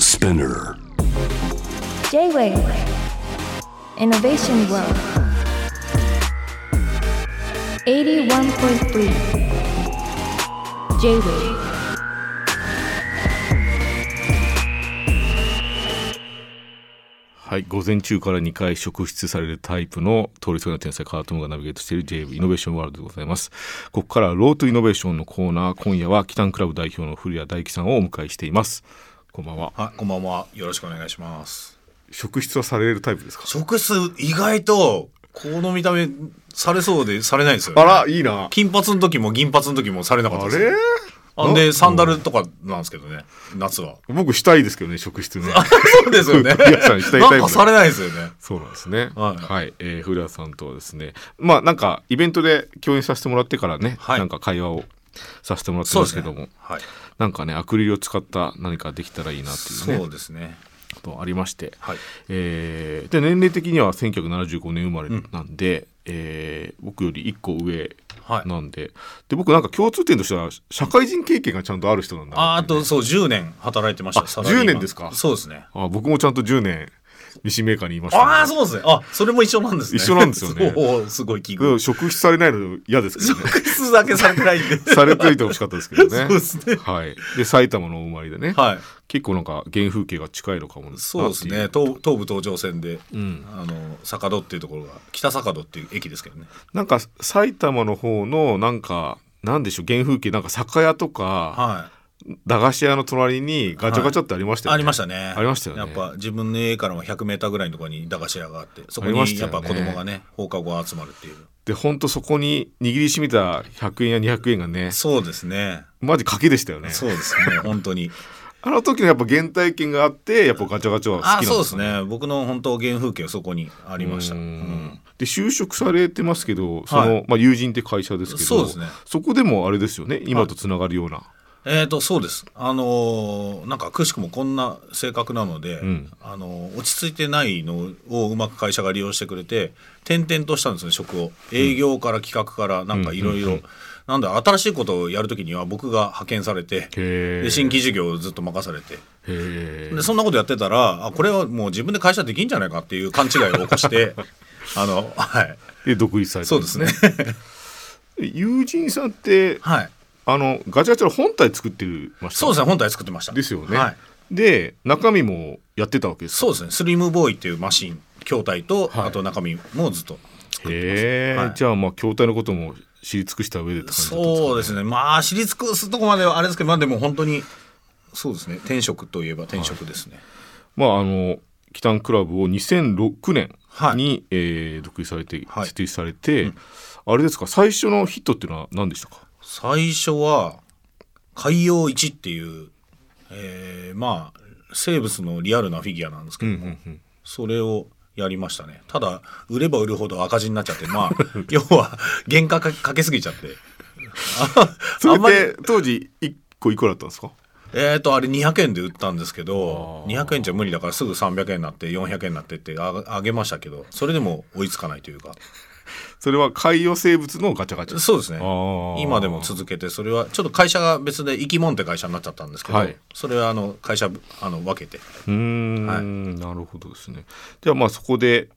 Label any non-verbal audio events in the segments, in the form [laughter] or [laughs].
Spinner J-Wave Innovation World 81.3 J-Wave はい、午前中から2回職質されるタイプの通りすがりの天才カートムがナビゲートしている JV イノベーションワールドでございますここからロートイノベーションのコーナー今夜はキタンクラブ代表の古谷大樹さんをお迎えしていますこんばんはあ、こんばんは。よろしくお願いします。職質はされるタイプですか食数意外と、この見た目、されそうで、されないんですよ、あらいいな金髪の時も銀髪の時もされなかったあですよれあんで、サンダルとかなんですけどね、夏は。僕したいですけどね職 [laughs] 質ねそうですよね。古谷さん [laughs] したいタイプだなんかされないですよね。そうなんですねは、はいいえー古谷さんとはですねまあなんかイベントで共演させてもらってからね、はいなんか会話をさせてもらってそうまですすけねども、はい。なんかねアクリルを使った何かできたらいいなっていうねそうですね。とありまして、はい。えーで年齢的には1975年生まれなんで、えー僕より1個上はい。なんで,、で僕なんか共通点としては社会人経験がちゃんとある人なんだあなっあていうねと、そう、10年働いてました。あサラリーマン10年ですかそうですね。あ僕もちゃんと10年ミシンメーカーにいましたね、ああ、そうですね。あ、それも一緒なんですね。一緒なんですよ [laughs] ねそう、すごい聞うくん。職質されないの嫌ですけどね食数だけされてないんで。されといてほしかったですけどねそうですねはい、で埼玉のお生まれでね、 [laughs] はい。結構なんか原風景が近いのかもなっていそうですね東東武東上線で、んあの坂戸っていうところが北坂戸っていう駅ですけどねなんか埼玉の方のなんかなんでしょう原風景なんか酒屋とか、は駄菓子屋の隣にガチャガチャってありましいたよね、ありましたねありましたよねやっぱ自分の家からも 100m ぐらいのところに駄菓子屋があってそこありましにたやよっねぱ子供がね放課後集まるっていうでほんとそこに握りしめた100円や200円がねそうですねマジ賭けでしたよねそうですね本当にあの時のやっぱ原体験があってやっぱガチャガチャは好きなんあですそうよですね僕の本当原風景はそこにありましたううんんで就職されてますけどその、はいまあ、友人って会社ですけどそうですねそこでもあれですよね今とつながるような、えー、とそうですあのーなんかくしくもこんな性格なので、んあのー落ち着いてないのをうまく会社が利用してくれて転々としたんですね職を営業から企画からなんかいろいろなんだ新しいことをやるときには僕が派遣されてへーで新規事業をずっと任されてへでそんなことやってたらあこれはもう自分で会社できんじゃないかっていう勘違いを起こしてあのはいえで独立されたそんうでですすねね友人さんってはいあのガチャガチャの本体作ってましたそうですね本体作ってましたですよね、はいで中身もやってたわけですかそうですね、スリムボーイっていうマシン、筐体と、はいあと中身もずっと。へえ、はいじゃあまあ筐体のことも知り尽くした上でって感じだったんそうでですすね、まあ、知り尽くすとこまではあれですけど、まあでも本当に、そうですね、転職といえば転職ですね。まああのキタンクラブを2006年に、はいえー独立されて、はい設立されて、あれですか最初のヒットっていうのは何でしたか最初は、海洋一っていう、えーまあ、生物のリアルなフィギュアなんですけども、それをやりましたね。ただ、売れば売るほど赤字になっちゃって、まあ、 [laughs] 要は、原価かかけすぎちゃって。そあんまりれって当時1個いくらだったんですかえー、とあれ200円で売ったんですけどあー200円じゃ無理だからすぐ300円になって400円になってってああげましたけどそれでも追いつかないというかそれは海洋生物のガチャガチャそうですねあー今でも続けてそれはちょっと会社が別で生き物って会社になっちゃったんですけど、はいそれはあの会社あの分けてうーん、なるほどですねではまあそこで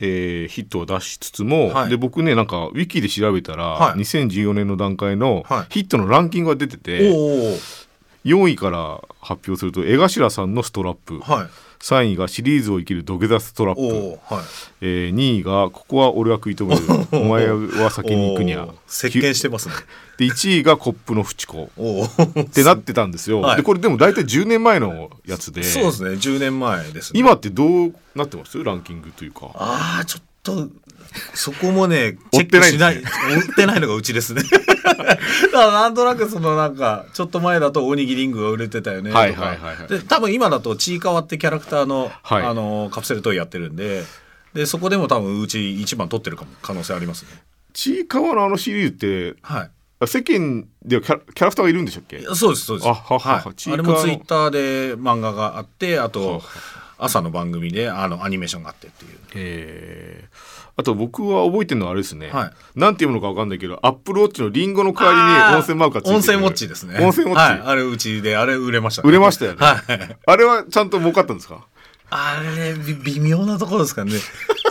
えーヒットを出しつつも、はいで僕ねなんかウィキで調べたら、はい2014年の段階のはいヒットのランキングが出てて、おお4位から発表すると江頭さんのストラップ、はい3位がシリーズを生きる土下座ストラッおプ、おはいえー2位がここは俺は食い止める [laughs] お前は先に行くにゃおー席巻してますねで1位がコップのフチコおおってなってたんですよ、はいでこれでも大体10年前のやつでそうですね10年前ですね今ってどうなってますランキングというかああちょっとそこもね [laughs] 追チっェてッなクいんしでなすい追ってないのがうちですね [laughs] だからなんとなくそのなんかちょっと前だとおにぎりングが売れてたよねとか、はいはいはいはいで多分今だとちいかわってキャラクターの,、はいあのカプセルトイやってるんででそこでも多分うち一番取ってるかも可能性ありますねちいかわのあのシリーズってはい世間ではキャラキャラクターがいるんでしたっけいやそうですそうですあははははいちいかわあれもツイッターで漫画があってあと朝の番組であのアニメーションがあってっていうえーあと僕は覚えてるのはあれですね、はいなんて読むのかわかんないけどアップルウォッチのリンゴの代わりに温泉マークがついてる音声ウォッチですね温泉ウォッチ、はい、あれうちであれ売れました、売れましたよねはいあれはちゃんと儲かったんですかあれび微妙なところですかね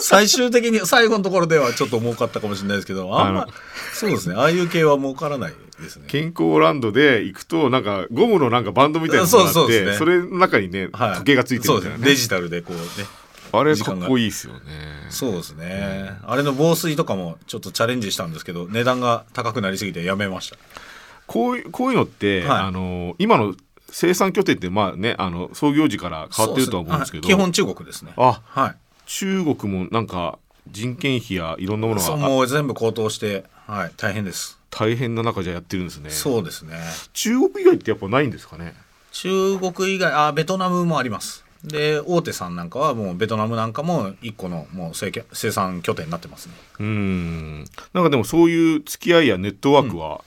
最終的に最後のところではちょっと儲かったかもしれないですけどあんあまのそうですねああいう系は儲からないですね健康ランドで行くとなんかゴムのなんかバンドみたいなのがあってそそうですねれの中にね、はい時計がついてるみたいなそうですねデジタルでこうねあれかっこいいですよねそうですね、あれの防水とかもちょっとチャレンジしたんですけど値段が高くなりすぎてやめましたこういうこういうのって、はいあの今の生産拠点ってまあねあの創業時から変わってるとは思うんですけどそうねはい基本中国ですねあはい中国もなんか人件費やいろんなものそうがあもう全部高騰して、はい、大変です、大変な中じゃやってるんですねそうですね中国以外ってやっぱないんですかね中国以外あベトナムもありますで大手さんなんかはもうベトナムなんかも一個のもう生け生産拠点になってますねうんなんかでもそういう付き合いやネットワークは、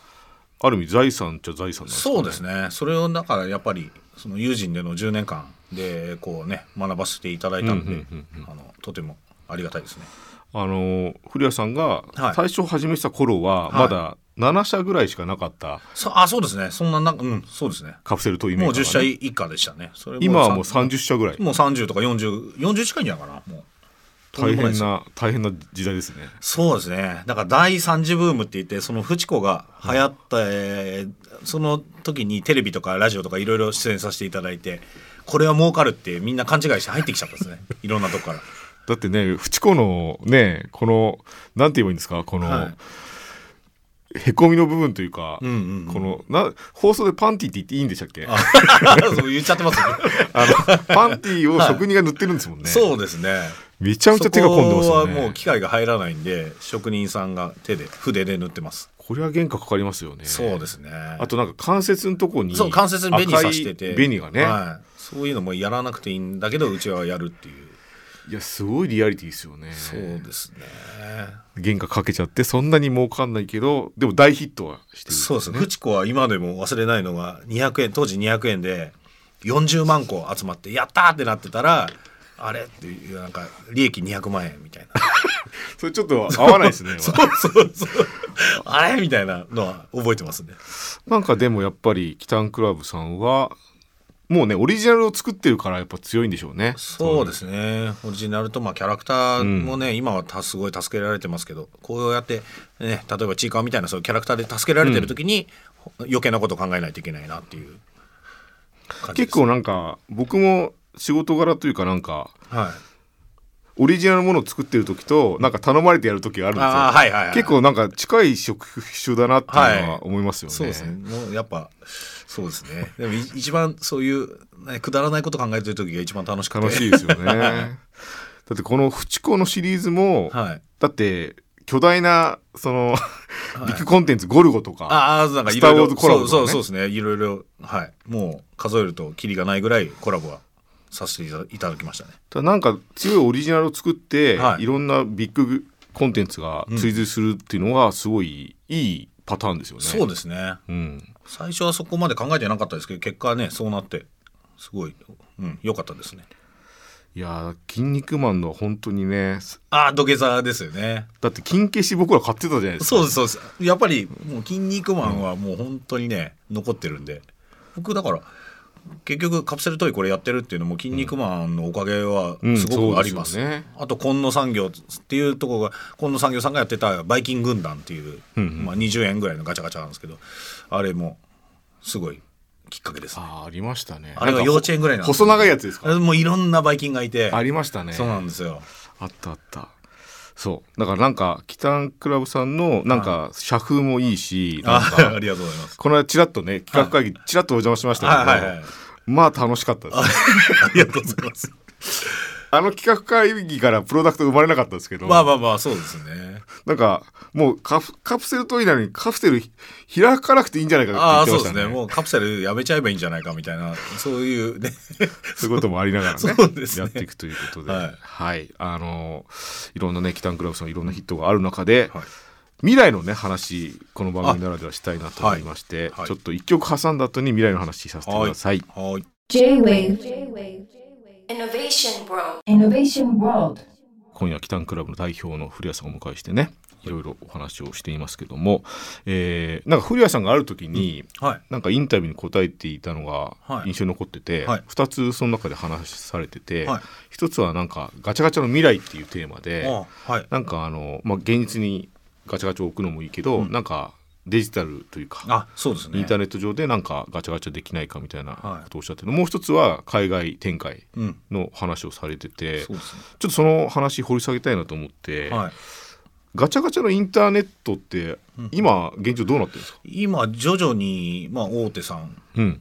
ある意味財産っちゃ財産なんですか、ね、そうですねそれをだからやっぱりその友人での10年間でこうね学ばせていただいたんで、うんうんあのとてもありがたいですねあの古谷さんがはい最初始めてた頃ははまいだ7社ぐらいしかなかったそあそうですねそんななんかうんそうですねカプセルトイメーもうカー10が社ね以下でしたねそれ今はもうさん30社ぐらいもう30とか4040 40近いんじゃないかなもうとん大でもいで変すな大変な時代ですねそうですねだから第3次ブームって言ってそのフチ子が流行った、えーその時にテレビとかラジオとかいろいろ出演させていただいてこれは儲かるってみんな勘違いして入ってきちゃった [laughs] んですねいろんなとこからだってねフチ子のねこのなんて言えばいいんですかこの、はへこみの部分というか、うんうんうんこのな放送でパンティって言っていいんでしたっけあそう言っちゃってますねのパンティを職人が塗ってるんですもんね、そうですねめちゃめちゃ手が込んでますそこよはねもう機械が入らないんで職人さんが手で筆で塗ってます、これは原価かかりますよねそうですねあとなんか関節のとこにそう関節に紅刺してて赤い紅がね、はい、そういうのもやらなくていいんだけどうちはやるっていうい、やすごいリアリティですよねそうですね原価かけちゃってそんなに儲かんないけどでも大ヒットはしてるそうですねフチ子は今でも忘れないのが200円当時200円で40万個集まって「やった!」ってなってたら「あれ?」っていうなんか利益200万円みたいな [laughs] それちょっと合わないですね [laughs] 今そうそうあれみたいなのは覚えてますねなんかでもやっぱりキタンクラブさんはもうねオリジナルを作ってるからやっぱ強いんでしょうねそうですねオリジナルとまあキャラクターもね、今はたすごい助けられてますけどこうやって、ね、例えばちいかわみたいなそういうキャラクターで助けられてる時に、余計なことを考えないといけないなっていう感じです結構なんか僕も仕事柄というかなんかはいオリジナルのものを作ってる時となんか頼まれてやる時があるんですよ、あーはいはいはい結構なんか近い職種だなっていうのは思いますよね、そうですね。もうやっぱ、そうですね。でもい一番そういう、ね、くだらないこと考えてる時が一番楽しくて。楽しいです [laughs] よねだってこの「フチコ」のシリーズも、はい。だって巨大なその、ビッグコンテンツ「ゴルゴ」とかああ、なんかスいろいろ。ターウォーズコラボとかねそうそうそうですね。いろいろ、はい。もう数えるとキリがないぐらいコラボはさせていたいただきましたね。ただなんか強いオリジナルを作って、はいい、ろんなビッグコンテンツが追随するっていうのがすごいいいパターンですよね。そうですね。うん、最初はそこまで考えてなかったですけど、結果ね、そうなって、すごい、うん、良かったですね。いやー「筋肉マン」の本当にねああ、土下座ですよね。だって金消し僕ら買ってたじゃないですかそうです、そうです。やっぱり、もう、筋肉マンはもう本当にね、残ってるんで。僕、だから、結局、カプセルトイこれやってるっていうのも、筋肉マンのおかげはうんすごくあります。そうですよねあと、今野産業っていうところが、今野産業さんがやってたバイキン軍団っていう、まあ、20円ぐらいのガチャガチャなんですけど、あれも、すごいきっかけです。あーありましたねあれは幼稚園ぐらいななんんかです細長いやつですあれかもういろんなバイキンがいて、ありましたねそうなんですよ。あったあったそうだからなんかキタンクラブさんのなんか社風もいいしなんあか [laughs] ありがとうございます。この間ちらっとね企画会議ちらっとお邪魔しましたけど、はいはいはいまあ楽しかったですありがとうございます。あの企画会議からプロダクト生まれなかったですけど、まあまあまあ、そうですね。なんかもうカプカプセルトイなのにカプセルひ開かなくていいんじゃないあかっあてそ言うっでてましすたねねもうカプセルやめちゃえばいいんじゃないかみたいなそういうねそういうこともありながらね [laughs] そうですねやっていくということで、はいはいあのいろんなねキタンクラブさんのいろんなヒットがある中で、はい未来のね話この番組ならではしたいなと思いまして、はいはいちょっと一曲挟んだ後に未来の話させてくださいはい J-Wave. J-Wave. Innovation World. Innovation World. 今夜は北ンクラブの代表の古谷さんをお迎えしてねいろいろお話をしていますけども、えーなんか古谷さんがある時に、はいなんかインタビューに答えていたのがはい印象に残ってて、はい2つその中で話されてて、はい1つはなんかガチャガチャの未来っていうテーマで、あはい [laughs] なんかあの、まあ、現実にガチャガチャを置くのもいいけど、なんかデジタルというかあそうですねインターネット上でなんかガチャガチャできないかみたいなはいことをおっしゃってる、もう一つは海外展開うんの話をされてて、ちそょうっですねとその話掘り下げたいなと思って、はいガチャガチャのインターネットって今現状どうなってるんですか、今徐々に、まあ、大手さんうん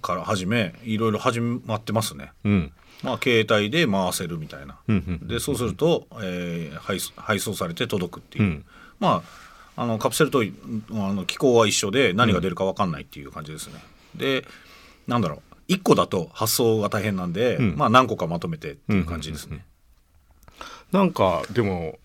から始めいろいろ始まってますね、うんまあ、携帯で回せるみたいな、うんうんでそうすると、えー配送配送されて届くっていう、うんまああのカプセルトイあの機構は一緒で何が出るか分かんないっていう感じですね、でなんだろう1個だと発送が大変なんで、んまあ何個かまとめてっていう感じですね、なんかでも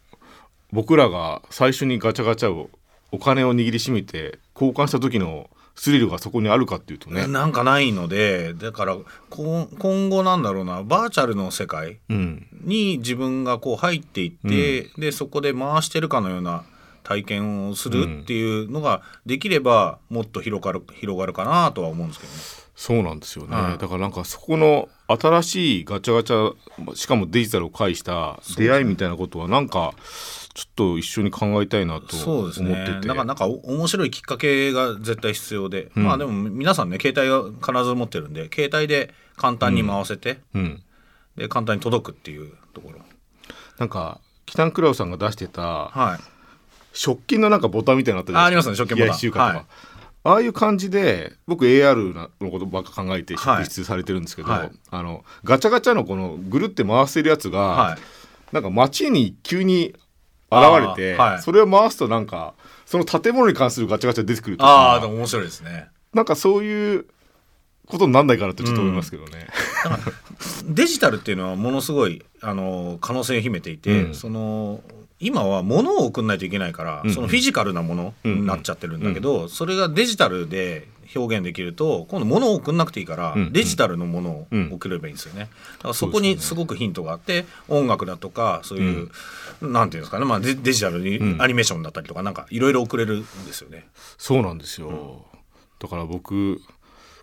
僕らが最初にガチャガチャをお金を握りしめて交換した時のスリルがそこにあるかっていうとね、なんかないのでだからこん今後なんだろうなバーチャルの世界うん、に自分がこう入っていって、でそこで回してるかのような体験をするっていうのができればもっと広がる広がるかなとは思うんですけどね。そうなんですよね、はいだからなんかそこの新しいガチャガチャしかもデジタルを介した出会いみたいなことはなんかちょっと一緒に考えたいなとそ思っうでてすて、ね。だからなんかお面白いきっかけが絶対必要で、まあでも皆さんね携帯は必ず持ってるんで携帯で簡単に回せて、うん、で簡単に届くっていうところ。なんかキタンクラウさんが出してたはい。食器のなんかボタンみたいなのあったじゃあなあいりでますかすね食器ボタン冷やし中華とか、はいああいう感じで僕 AR なのことばっか考えてはい支出されてるんですけど、はいあのガチャガチャのこのぐるって回せるやつが、はい。なんか街に急に現れて、あーはいそれを回すとなんかその建物に関するガチャガチャ出てくるとああでかも面白いですね。なんかそういうことになんないかなってちょっと思いますけどね。デジタルっていうのはものすごいあの可能性を秘めていて、うんその今は物を送んないといけないから、んそのフィジカルなものになっちゃってるんだけど、それがデジタルで表現できると今度物を送んなくていいから、うんデジタルのものをうん送ればいいんですよね。だからそこにすごくヒントがあって、音楽だとかそういう、なんていうんですかね、まあ、デデジタルにアニメーションだったりとかなんかいろいろ送れるんですよね。 [laughs] そうなんですよ、だから僕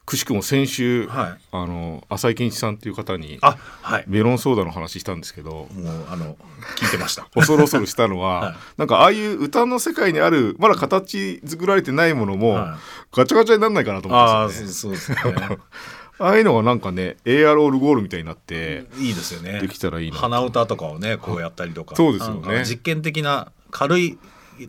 くしくも先週、はいあの浅井健一さんっていう方にあはいメロンソーダの話したんですけどもうあの聞いてました。 [laughs] 恐る恐るしたのは、はいなんかああいう歌の世界にあるまだ形作られてないものも、はガチャガチャになんないかなと思あっあてたんですよね。そうですね。ああいうのがなんかね AR オルゴールみたいになって、いいですよね。できたらいいなと鼻歌とかをね、こうやったりとか。そうですよねなんか実験的な軽い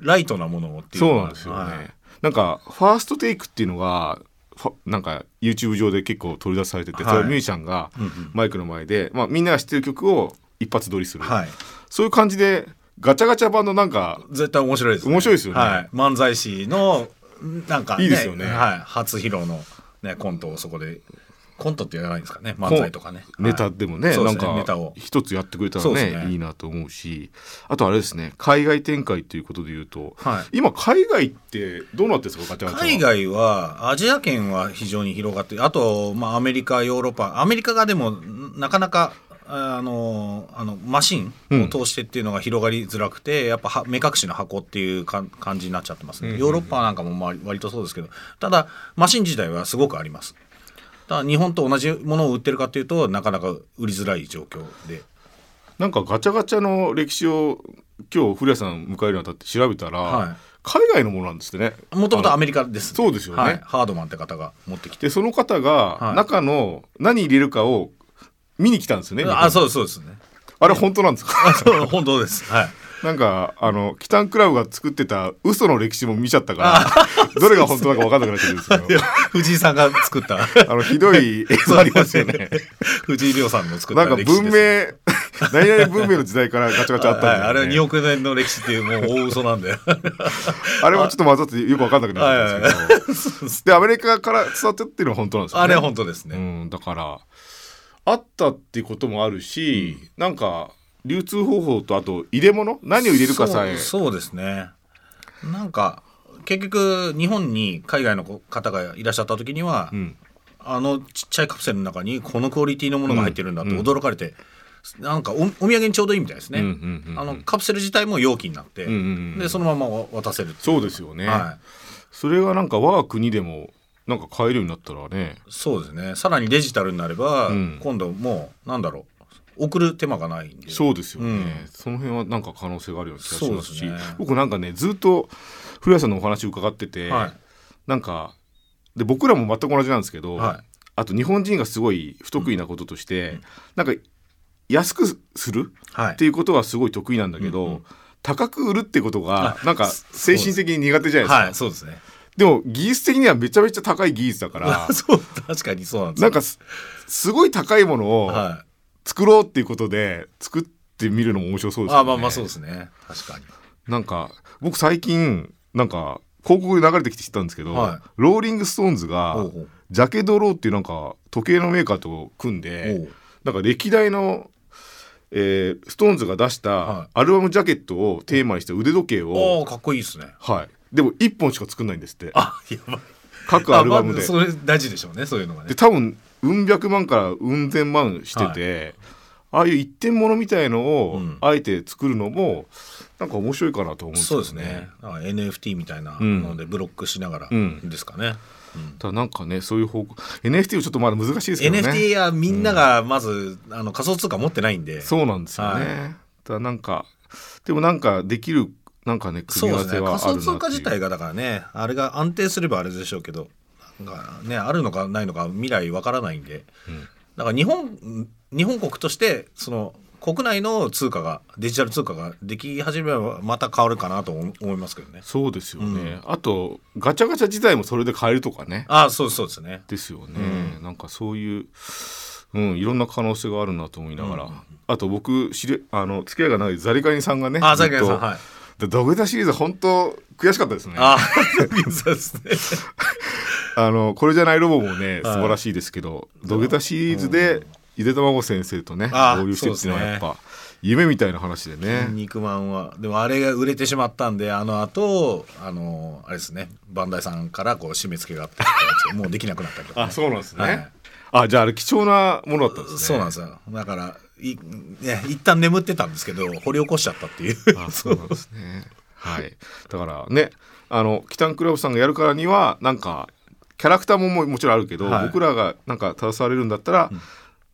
ライトなものをっていうそうのが。なんですよね、はいなんかファーストテイクっていうのがファなんか YouTube 上で結構取り出されてて、はいそれをミュージシャンがんうんマイクの前で、まあ、みんなが知ってる曲を一発撮りする、はい。そういう感じでガチャガチャ版のなんか絶対面白いです、面白いですよねはい。漫才師のなんか、いいですよねはい。初披露のねコントをそこでコントって言わないんですかね。漫才とかね。ネタはいでもね、そうなでんすねネかタを一つやってくれたらそうねですねいいなと思うしあとあれですね海外展開ということで言うと、はい今海外ってどうなってるんですかガチャガチャは海外はアジア圏は非常に広がってあと、まあ、アメリカヨーロッパアメリカがでもなかなかあのあのマシンを通してっていうのが広がりづらくて、やっぱは目隠しの箱っていうか感じになっちゃってますね、ヨーロッパなんかもまあ割とそうですけどただマシン自体はすごくありますただ日本と同じものを売ってるかっていうとなかなか売りづらい状況でなんかガチャガチャの歴史を今日古谷さん迎えるにあたって調べたら、はい海外のものなんですってねもともとアあのメリカです、そうですよねはい、ハードマンって方が持ってきてでその方がはい中の何入れるかを見に来たんですよね、日本あそうですそうですねあれ本当なんですか [laughs] あそう本当ですはいなんかあのキタンクラブが作ってた嘘の歴史も見ちゃった [laughs] からどれが本当だか分かんなくなってくるんですいよや藤井さんが [laughs] 作った。あのひどい映像あります [laughs] よね藤井亮さんの作っなたんか歴史文です、明 [laughs] 何々文明の時代からガチャガチャあったんだよ、ねはいあれは2億年の歴史っていうもう大嘘なん [laughs] だよ。あれもちょっと混ざってよく分かんなくなってたんですけど、でアメリカから伝わってっていうのは本当なんですよねあれは本当ですうね。ん、だからあったっていうこともあるし、なんか流通方法とあと入れ物何を入れるかさえそうそうですね。なんか結局日本に海外の方がいらっしゃった時には、うんあのちっちゃいカプセルの中にこのクオリティのものが入ってるんだって驚かれて、なんかおお土産にちょうどいいみたいですね、うんうんうんうんあのカプセル自体も容器になって、うんうんうんでそのまま渡せるっていそうですよね、はいそれがなんか我が国でもなんか買えるようになったらねそうですねさらにデジタルになれば、うん今度もうなんだろう送る手間がないんでそうですよね、うんその辺はなんか可能性があるような気がしますしそうですね僕なんかねずっと古谷さんのお話伺ってて、はいなんかで僕らも全く同じなんですけど、はいあと日本人がすごい不得意なこととして、なんか安くするはいっていうことはすごい得意なんだけど、うんう高く売るってことがあなんか精神的に苦手じゃないですか、はいそうですねでも技術的にはめちゃめちゃ高い技術だから [laughs] そう確かにそうなんですなんかすすごい高いものをはい作ろうっていうことで作ってみるのも面白そうですよね。あまあまあそうですね確かになんか僕最近なんか広告で流れてきて知ったんですけど、はいローリング・ストーンズほうがほうジャケドローっていうなんか時計のメーカーと組んでほうなんか歴代の、えーストーンズが出しはたいアルバムジャケットをテーマにした腕時計おを、おかっこいいですねはい、でも1本しか作んないんですってあやばい各アルバムであ。まあそれ大事でしょうねそういうのがでね多分うん百万からうん千万してて、ああいう一点物みたいのをうんあえて作るのもなんか面白いかなと思うんですけそどうですねなんか NFT みたいなうんのでブロックしながらうんですかね、ただなんかねそういう方向 NFT はちょっとまだ難しいですけどね NFT はみんながまず、あの仮想通貨持ってないんでそうなんですよね、はただなんかでもなんかできるなんかね組み合わそうですせねはあ仮るなって想いう通貨自体がだからねあれが安定すればあれでしょうけどなんかねあるのかないのか未来わからないんで、んだから日本日本国としてその国内の通貨がデジタル通貨ができ始めればまた変わるかなと思思いますけどねそうですよね、あとガチャガチャ自体もそれで買えるとかねああそうそうですねですよね、なんかそういう、うん、いろんな可能性があるなと思いながら、あと僕知りあの付き合いがないザリガニさんがねああザリガニさずんっとはいで土下座シリーズ本当悔しかったですねあああそうですねのこれじゃないロボもね素晴らしいですけど、土下座シリーズでゆで卵先生とねあ合流してっていうのはそうやでっすねぱ、夢みたいな話で「ね肉まんは」でもあれが売れてしまったんであの後あのあれですねバンダイさんからこう締め付けがあってもうできなくなったけど、ね、あそうなんですね、はいあじゃああれ貴重なものだったんですねそうなんですよだからい、ね、一旦眠ってたんですけど掘り起こしちゃったっていうあそうなんですねはいだからねあのキタンクラブさんがやるからにはなんかキャラクターもももちろんあるけど、はい僕らがなんか携われるんだったら、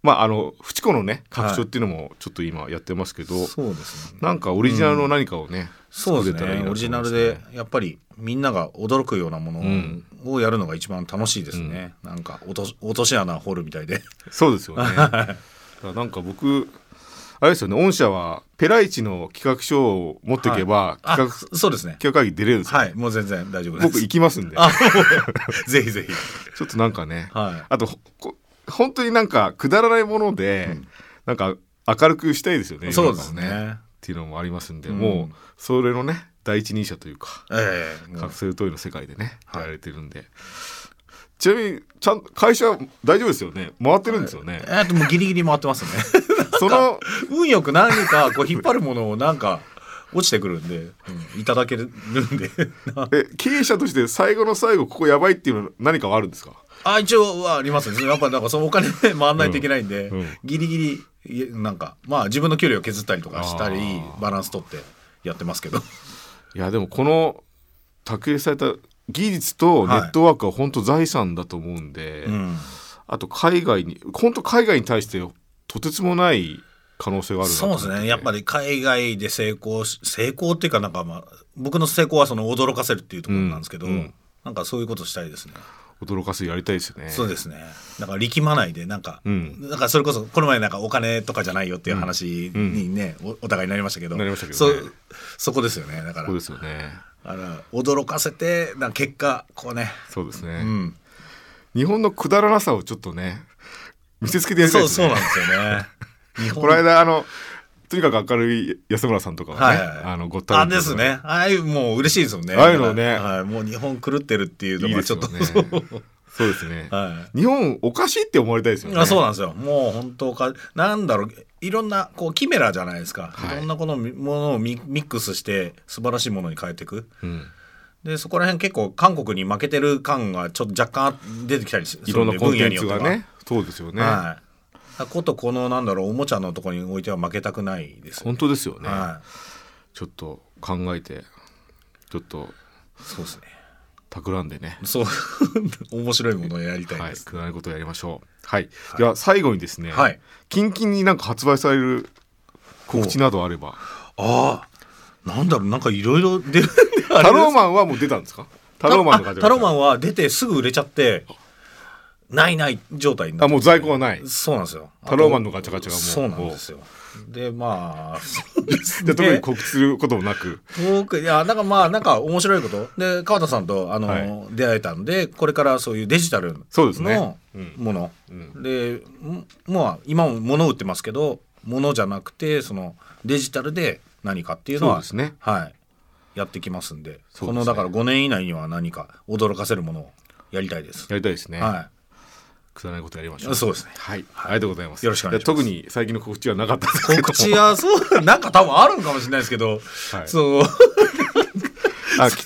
まああのフチコのね拡張っていうのもちょっと今やってますけど、そうですねなんかオリジナルの何かをね、そうです作れたらいいねなと思オリいジまナすルねでやっぱりみんなが驚くようなもんのをやるのが一番楽しいですね、なんか落とし落とし穴掘るみたいでそうです [laughs] よね。だからなんか僕あれですよね。御社はペライチの企画書を持っていけば、あ企画そそうですね企画会議出れるんですよ。はいもう全然大丈夫です僕行きますんで、あ [laughs] もうぜひぜひちょっとなんかね。はいあとほこ本当になんかくだらないもので、なんか明るくしたいですよね。そうです世の中をねっていうのもありますんで、うんもうそれのね第一人者というか。ええもカうプセルトイの世界でね、はいやられてるんで、ちなみにちゃん会社大丈夫ですよね回ってるんですよね、えっともうギリギリ回ってますねその運よく何かこう引っ張るものをなんか落ちてくるんで、うんいただけるんでえ経営者として最後の最後ここやばいっていうの何かはあるんですか [laughs] あ一応はありますねやっぱなんかそのお金で回んないといけないんで、うんうんギリギリいなんかまあ自分の給料を削ったりとかしたありーバランス取ってやってますけどいやでもこの卓越された技術とネットワークは本当財産だと思うんで、うんあと海外に本当海外に対してとてつもない可能性があるなとそう思ですねやっぱりり海外で成功し成功っていうかなんかまあ僕の成功はその驚かせるっていうところなんですけど、うんうんなんかそういうことしたいですね、驚かすやりたいですよねそうですねなんか力まないでなんか、うんなんかそれこそこの前なんかお金とかじゃないよっていう話にね、おお互いになりましたけどなりましたけどそねそこですよねだからそうですよねあの驚かせてなんか結果こうねそうですね、うん日本のくだらなさをちょっとね見せつけてやりたいそうですそうねなんですよね日本この間あのとにかく明るい安村さんとかはね、はいはいはいあのごったありですねああいうもう嬉しいですもんねああいうのねはい、もう日本狂ってるっていうのいいがでちすょよっと [laughs] ねそうそうですね、は日本おかしいって思われたいですよいねあそうなんですよもう本当かなんだろういろんなこうキメラじゃないですか、はいい、ろんなこのみものをミミックスして素晴らしいものに変えていくうんでそこら辺結構韓国に負けてる感がちょっと若干出てきたりするいろんなコンテンでツ分が野によってねそうですよね、ははいだことこのなんだろうおもちゃのところにおいては負けたくないですよ本当ですよね、はいちょっと考えてちょっとそうですね企んでねそう [laughs] 面白いものをやりたいはいです、くだらないことをやりましょうはい、では最後にですね、はいキンキンになんか発売される告知などあればああなんだろうなんかいろいろ出るあれタローマンはもう出たんですかタローマンのあタローマンンは出てすぐ売れちゃってないない状態になあってもう在庫はないそうなんですよタローマンのガチャガチャがもうそうなんですよでまあ [laughs] で特に告知することもなく僕いやなんかまあなんか面白いことで川田さんとあの、はい出会えたんでこれからそういうデジタルそうですのねうんものうんでんまあ今も物を売ってますけど物じゃなくてそのデジタルで何かっていうのそうはですねはい、やってきますんでそうですねこのだから5年以内には何か驚かせるものをやりたいです。やりたいですね、はくだらないことやりましょうい、そうですねはい、ありがとうございますよろしくお願いしますや特に最近の告知はなかったんですけど告知はそうなんか多分あるんかもしれないですけど、はいそうあき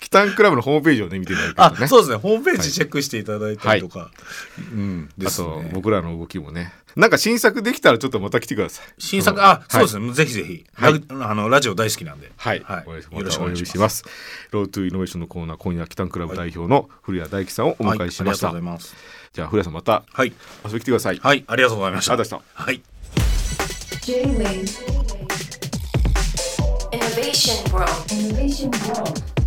キタンクラブのホームページをね見ていただけるとあねそうですねホームページチェックしていただいたりとか、うんであすねと僕らの動きもねなんか新作できたらちょっとまた来てください新作、のあ、そうではいすね。ぜひぜひ。はいラグあの、ラジオ大好きなんで。。はい、お願いしますまたお呼びしますすロートゥイノベーションのコーナー今夜はキタンクラブ代表の古谷大樹さんをおはい迎えしました、ありがとうございます。じゃあ古谷さんまたはい。遊びに来てください、はい、ありがとうございました。ありがとうございはい。 J-Wave Innovation World. Innovation World